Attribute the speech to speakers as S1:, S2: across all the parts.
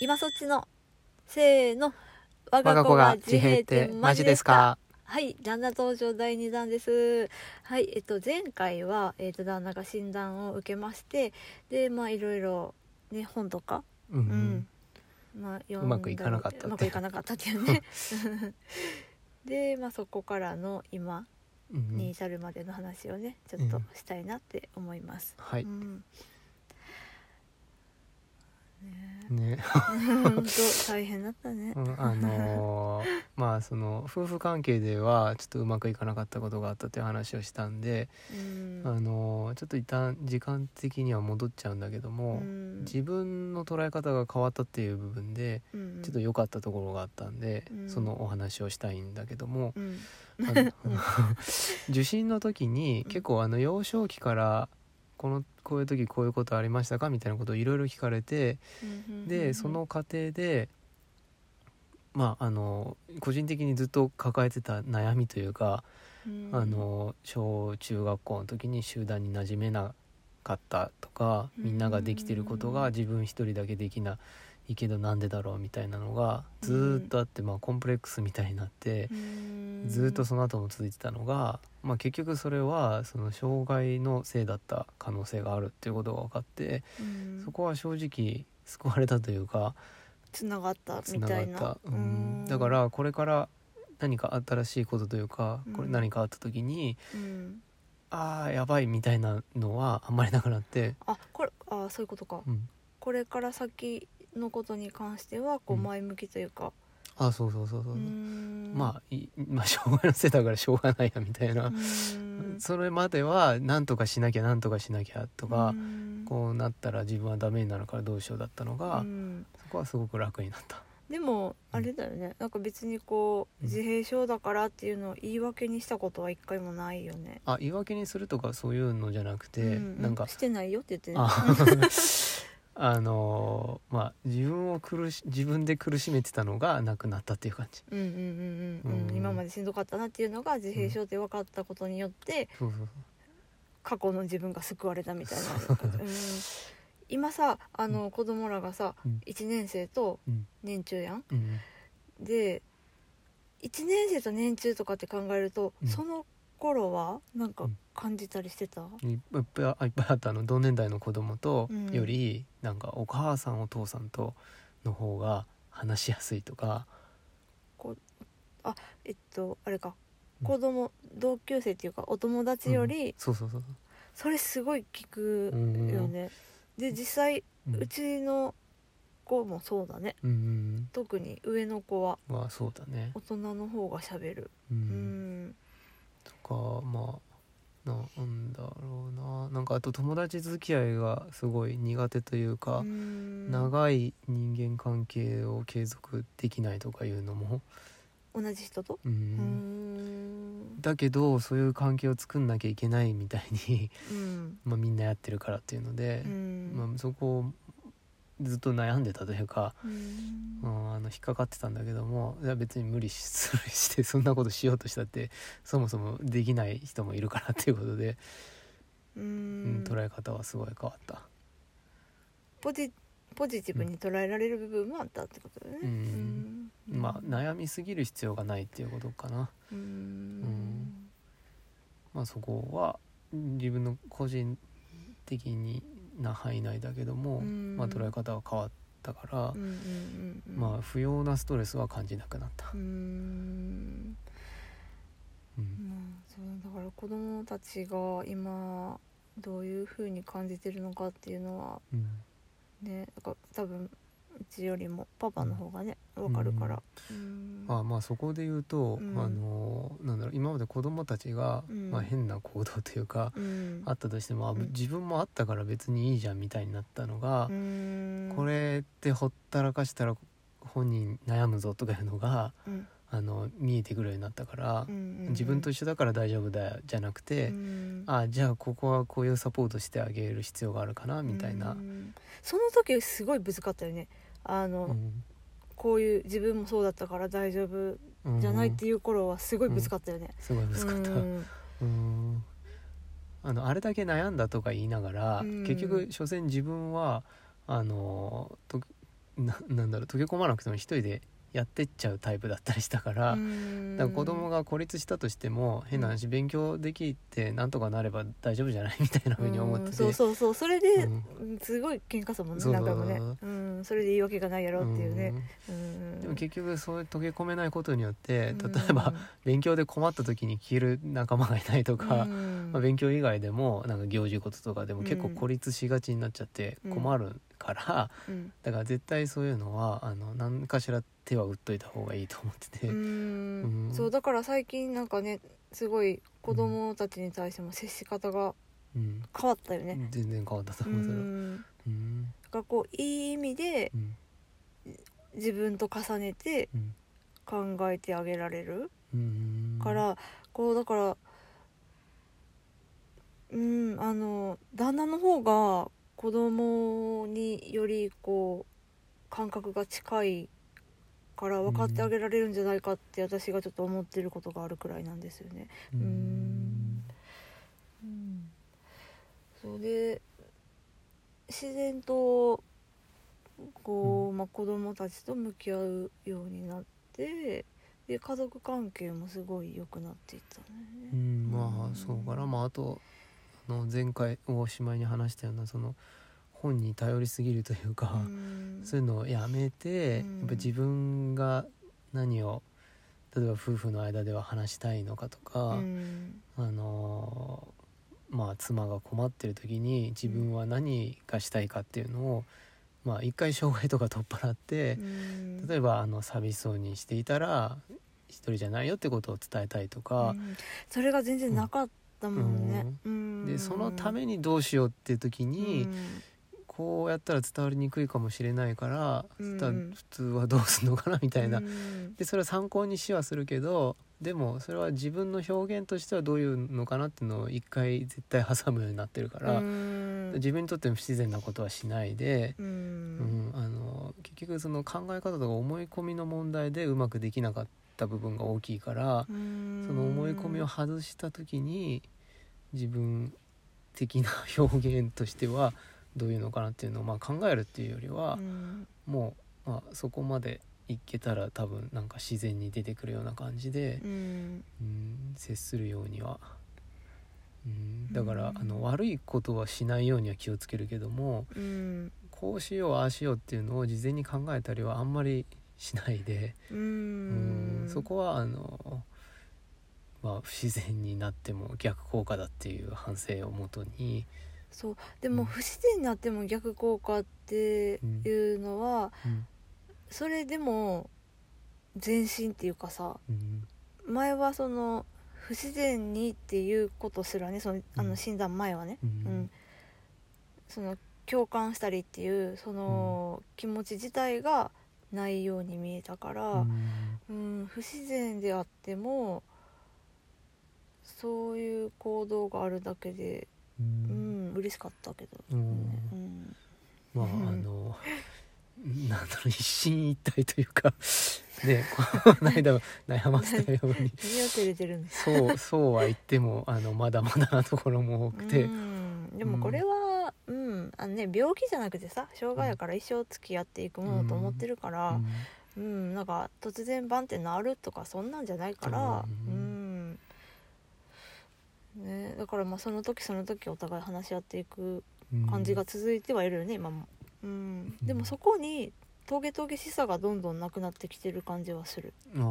S1: 今そっちのせーの我
S2: 我
S1: が
S2: が
S1: 子
S2: 子
S1: が
S2: が
S1: 自
S2: 自
S1: 閉
S2: 閉
S1: 点
S2: 点
S1: マ
S2: マ
S1: ジ
S2: ジ
S1: で
S2: ですす
S1: か
S2: か
S1: はい旦那登場第2弾ですはいえっと前回は、えっと、旦那が診断を受けましてでまあいろいろね本とか
S2: うんう
S1: うんん、まあ、読
S2: う
S1: だ
S2: んま
S1: り
S2: くいかなかったって
S1: うまくいかなかったっていうね で、まあ、そこからの今
S2: うんう
S1: に
S2: ん、
S1: 至るまでの話をねちょっと
S2: うん
S1: したいなって思います、
S2: は
S1: う
S2: い
S1: ん、
S2: ね、
S1: 本当大変だったね
S2: うん、あのー まあその夫婦関係ではちょっとうまくいかなかったことがあったという話をしたんで、
S1: うん
S2: あのーちょっと一旦時間的には戻っちゃうんだけど
S1: う
S2: も、
S1: ん
S2: 自分の捉え方が変わったっていう部分で
S1: うん
S2: ちょっと良かったところがあったんで、
S1: うん
S2: そのお話をしたいんだけども、
S1: うん
S2: あの受診の時に結構あの幼少期からこのこういう時こういうことありましたかみたいなことをいろいろ聞かれて
S1: うん
S2: でその過程でまああの個人的にずっと抱えてた悩みというか、
S1: うん
S2: あの小中学校の時に集団に馴染めなかったとかみんなができてること
S1: う
S2: が
S1: ん
S2: 自分一人だけできないけどなんでだろうみたいなのがずーっとあって、まあ、コンプレックスみたいになって。
S1: うん
S2: ずっとその後も続いてたのが、まあ、結局それはその障害のせいだった可能性があるっていうことが分かって、
S1: うん
S2: そこは正直救われたというか
S1: つながった
S2: つ
S1: み
S2: な
S1: た
S2: が
S1: い
S2: っ
S1: な
S2: た、う
S1: うん
S2: ん、だからこれから何か新しいことというか
S1: うん
S2: これ何かあった時に、
S1: うん
S2: ああやばいみたいなのはあんまりなくなって、
S1: あこれあそういうことか
S2: うん、
S1: これから先のことに関してはこう
S2: うん
S1: 前向きというか、
S2: ああそうそうそうそう、
S1: うん
S2: まあい まあ障害のせいだからしょうがないやみたいな、
S1: うん
S2: それまでは何とかしなきゃ何とかしなきゃとか。
S1: うん
S2: こうなったら自分はダメになるからどうしようだったのが、
S1: うん
S2: そこはすごく楽になった。
S1: でもあれだよねなんか別にこう
S2: うん
S1: 自閉症だからっていうのを言い訳にしたことは一回もないよね。
S2: あ言い訳にするとかそういうのじゃなくて、
S1: うん
S2: なんか
S1: してないよって言ってね
S2: あ あのーまあ自分を苦し自分で苦しめてたのがなくなったっていう感じ。
S1: うんうんうんうん、う、
S2: うんん
S1: 今までしんどかったなっていうのが自閉症って分かったことによって
S2: そうそう
S1: 過去の自分が救われたみたい な、うん、今さあの子供らがさ、
S2: うん
S1: 1年生と
S2: うん
S1: 年中やん
S2: そう。うん
S1: で1年生と年中とかって考えると、
S2: うん
S1: その頃はなんか
S2: うん
S1: 感じたりしてた、
S2: いっぱいあいっぱいあったあの同年代の子供と
S1: うん
S2: より、なんかお母さんお父さんとの方が話しやすいとか、
S1: えっとあれか
S2: うん
S1: 子供、同級生っていうかお友達より、
S2: うんそうそうそう
S1: それすごい聞く
S2: うん
S1: よね、で実際
S2: うん
S1: うちの子もそうだね
S2: うん
S1: 特に上の子は
S2: うんはそうだね
S1: 大人の方が喋るうん
S2: かまあななんだろうななんかあと友達付き合いがすごい苦手というか、
S1: うん
S2: 長い人間関係を継続できないとかいうのも、
S1: 同じ人と
S2: うん
S1: うん
S2: だけどそういう関係を作んなきゃいけないみたいに
S1: うん
S2: まあみんなやってるからっていうので
S1: う、ん
S2: まあ、そこをずっと悩んでたというか、
S1: うん
S2: うんあの引っかかってたんだけどもいや別に無理し してそんなことしようとしたってそもそもできない人もいるからっていうことで。
S1: う
S2: うん
S1: ん
S2: 捉え方はすごい変わった、
S1: ポジポジティブに捉えられる部分もあったってことだよね。
S2: うん
S1: うん
S2: まあ悩みすぎる必要がないっていうことかな、
S1: うん
S2: んまあ、そこはうん自分の個人的にな範囲内だけども、
S1: うん
S2: まあ、捉え方は変わったから
S1: うんう、んうん
S2: まあ、不要なストレスは感じなくなった、
S1: うん
S2: うん
S1: まあそうだから子供たちが今どういうふうに感じてるのかっていうのは
S2: うん
S1: ねなんか多分うちよりもパパの方がねわかるから。うん
S2: まあまあそこで言うと、
S1: うん
S2: あのなんだろう今まで子供たちが、
S1: うん
S2: まあ、変な行動というか、
S1: うん
S2: あったとしてもあ
S1: うん
S2: 自分もあったから別にいいじゃんみたいになったのが、
S1: うん
S2: これってほったらかしたら本人悩むぞとかいうのが
S1: うん
S2: あの見えてくるようになったから
S1: う、ん
S2: 自分と一緒だから大丈夫だよじゃなくて、
S1: うん
S2: あじゃあここはこういうサポートしてあげる必要があるかなみたいな、
S1: う
S2: うん
S1: んその時すごいぶつかったよねあの、こういう自分もそうだったから大丈夫
S2: うん
S1: じゃないっていう頃はすごいぶつかったよね、
S2: すごい難しかった。うん
S1: うん
S2: あのあれだけ悩んだとか言いながら、
S1: うん
S2: 結局所詮自分はあのとななんだろう溶け込まなくても一人でやってっちゃうタイプだったりしたから,、だから子供
S1: が
S2: が孤立したとしても変な話勉強できてなんとかなれば大丈夫じゃないみたいな風に思ってて
S1: そうそうそうそれで
S2: う、
S1: うんすごい喧嘩さもんね
S2: そうそ
S1: 何
S2: う
S1: 回もね、うん、それで言い訳がないやろっていうね、
S2: うんで
S1: 局
S2: も結局そういう溶け込めないことによって例えば、勉強で困った時に消える仲間がいないとか、まあ、勉強以外でもなんか行事事とかでも結構孤立しがちになっちゃって
S1: うん
S2: 困るから、
S1: うん
S2: だから絶対そういうのはあの何かしら手は打っといた方がいいと思ってて、
S1: う
S2: うん
S1: ん
S2: うん
S1: そうだから最近なんかねすごい子供たちに対しても接し方が変わったよね、
S2: 全然変わった
S1: う
S2: と思うそれは。
S1: ん、だ
S2: うん
S1: からこういい意味で
S2: うん
S1: 自分と重ねて
S2: うん
S1: 考えてあげられる
S2: うん
S1: から、こうだからうんあの旦那の方が子供によりこう感覚が近いから分かってあげられるんじゃないかって私がちょっと思ってることがあるくらいなんですよね。
S2: う
S1: うんんうん、それで自然とこう、まあ、子供たちと向き合うようになってで家族関係もすごい良くなっていった
S2: う
S1: ね。
S2: んまあそうかなまああとあの前回おしまいに話したようなその本に頼りすぎるというか、
S1: うん
S2: そういうのをやめて、
S1: うん
S2: やっぱ自分が何を例えば夫婦の間では話したいのかとか、
S1: うん
S2: あのーまあ妻が困ってる時に自分は何がしたいかっていうのを、まあ一回障害とか取っ払って、
S1: うん
S2: 例えばあの寂しそうにしていたら一人じゃないよってことを伝えたいと
S1: う
S2: か、
S1: んそれが全然なかったもんね。うん
S2: でそのためにどうしようっていう時に、
S1: うん
S2: こうやったら伝わりにくいかもしれないから、
S1: うん
S2: そしたら普通はどうするのかなみたいな、
S1: うん
S2: でそれは参考にしはするけどでもそれは自分の表現としてはどういうのかなっていうのを一回絶対挟むようになってるから、
S1: うん
S2: 自分にとっても不自然なことはしないで、
S1: う
S2: うんんあの結局その考え方とか思い込みの問題でうまくできなかった部分が大きいから、その思い込みを外した時に自分的な表現としてはどういうのかなっていうのをまあ考えるっていうよりは、
S1: うん
S2: もう、まあ、そこまでいけたら多分なんか自然に出てくるような感じで
S1: う、ん
S2: うん、接するようには、うん、だから、
S1: うん
S2: あの悪いことはしないようには気をつけるけども
S1: うん
S2: こうしようああしようっていうのを事前に考えたりはあんまりしないで、
S1: う
S2: うん
S1: ん
S2: そこはあの、まあ、不自然になっても逆効果だっていう反省をもとに、
S1: そうで
S2: う
S1: も
S2: ん
S1: 不自然になっても逆効果っていうのは、
S2: うん
S1: それでも前進っていうかさ
S2: うん
S1: 前はその不自然にっていうことすらねそのあの診断前はね、
S2: う
S1: うん
S2: ん
S1: その共感したりっていうその気持ち自体がないように見えたから、
S2: うん
S1: うん、不自然であってもそういう行動があるだけで
S2: う
S1: うんん嬉しかったけど、
S2: うん
S1: うん、
S2: まあ、
S1: うん
S2: あの、なんだろう、一進一退というか、 ね、この間悩ませたように、
S1: 何を照れてるんです
S2: そう、そうは言っても、あの、まだまだなところも多くて、
S1: うん、でもこれは、うんあのね、病気じゃなくてさ障害やから一生付き合っていくものだと思ってるか
S2: う
S1: ら、
S2: ん
S1: うんなんか突然バンってなるとかそんなんじゃないから、
S2: う
S1: うんんね、だからまあその時その時お互い話し合っていく
S2: うん
S1: 感じが続いてはいるよね今も、うん、
S2: うん
S1: でもそこに峠峠しさがどんどんなくなってきてる感じはする、
S2: あー
S1: う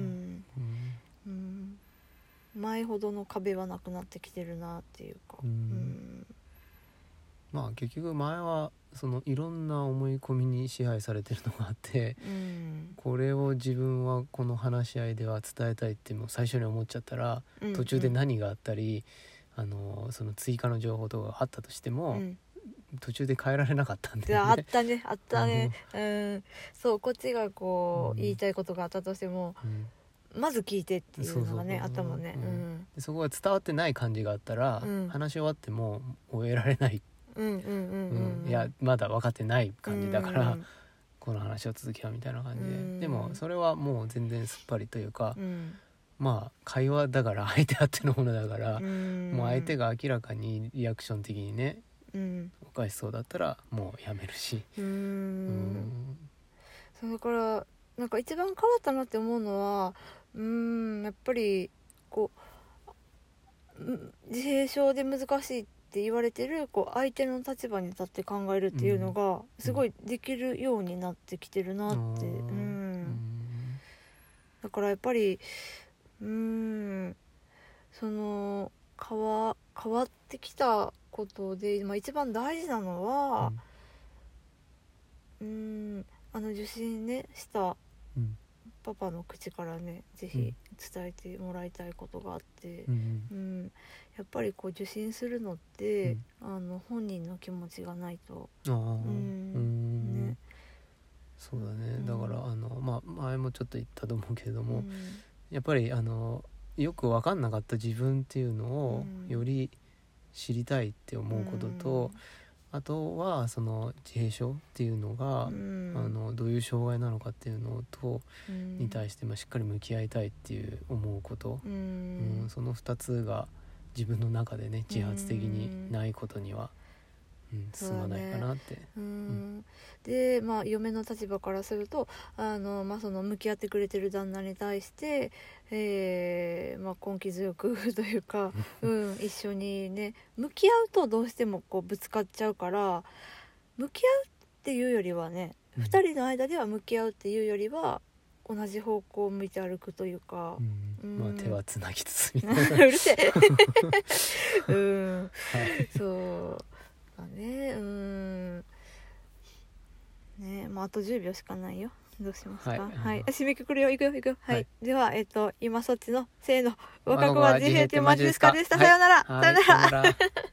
S1: ん
S2: うん
S1: うん、前ほどの壁はなくなってきてるなっていうか、
S2: うんまあ結局前はそのいろんな思い込みに支配されてるのがあって
S1: うんうん
S2: これを自分はこの話し合いでは伝えたいってもう最初に思っちゃったら途中で何があったり、あのその追加の情報とかがあったとして
S1: う
S2: も、
S1: んうん
S2: 途中で変えられなかったん
S1: で
S2: だ
S1: あ
S2: よ
S1: っ
S2: ね。
S1: た ねあったねうんそうこっちがこう、
S2: うん
S1: 言いたいことがあったとしても
S2: うん
S1: まず聞いてっていうのがね
S2: そ
S1: あ
S2: う
S1: った
S2: そうそう
S1: もんねうん
S2: でそこが伝わってない感じがあったら、
S1: うん
S2: 話し終わっても終えられない、
S1: うんうんうん
S2: うん
S1: うん
S2: いやまだ分かってない感じだから、
S1: うん
S2: この話を続けようみたいな感じで、
S1: うん
S2: でもそれはもう全然すっぱりというか、
S1: うん
S2: まあ会話だから相手あってのものだから、
S1: うん
S2: もう相手が明らかにリアクション的にね
S1: うん
S2: おかしそうだったらもうやめるし、
S1: うー
S2: うんん
S1: そうだからなんか一番変わったなって思うのはうーんやっぱりこううん自閉症で難しいって言われてるこう相手の立場に立って考えるっていうのがすごいできるようになってきてるなって、
S2: うん
S1: うん、だからやっぱりうーんその変わ変わってきたことで、まあ、一番大事なのはうーんあの受診ねした
S2: うん
S1: パパの口からねぜ
S2: う
S1: ひ
S2: ん
S1: 伝えてもらいたいことがあって
S2: う、ん
S1: うんやっぱりこう受診するのって、あの本人の気持ちがないと、
S2: ああう
S1: うん
S2: ん
S1: ね
S2: そうだね、
S1: うん
S2: だからあの、まあ、前もちょっと言ったと思うけれど
S1: う
S2: も、
S1: ん
S2: やっぱりあのよく分かんなかった自分っていうのを
S1: うん
S2: より知りたいって思うことと、あとはその自閉症っていうのが、
S1: うん
S2: あのどういう障害なのかっていうのと
S1: うん
S2: に対して、まあ、しっかり向き合いたいっていう思うこと、
S1: う
S2: うん
S1: ん
S2: その2つが自分の中でね自発的にないことには、うん
S1: そう
S2: 進
S1: だ
S2: ま
S1: ね
S2: ないかなって。
S1: うーんで、まあ、嫁の立場からするとあの、まあ、その向き合ってくれてる旦那に対して、えーまあ、根気強くという か、うん、一緒にね向き合うとどうしてもこうぶつかっちゃうから向き合うっていうよりはね
S2: うん
S1: 2人の間では向き合うっていうよりは同じ方向を向いて歩くというか
S2: う。
S1: うん
S2: んまあ、手はつなぎつつみた
S1: う
S2: いな、は
S1: るせえ うん
S2: い
S1: そうだねうーんねまああと10秒しかないよどうしますかは
S2: はいい、
S1: あ締めくくるよいくよいくよはい、
S2: はい
S1: ではえっ、と今そっちのせーの
S2: 我
S1: 若
S2: が
S1: 子
S2: 子
S1: は
S2: は
S1: 自
S2: 自
S1: 閉っ
S2: 閉
S1: て
S2: 点
S1: マ
S2: マ
S1: ジ
S2: ジ
S1: で
S2: ですす
S1: か
S2: か
S1: でした、
S2: はい
S1: さようなら、さ
S2: は
S1: よう
S2: い
S1: なら
S2: さよなら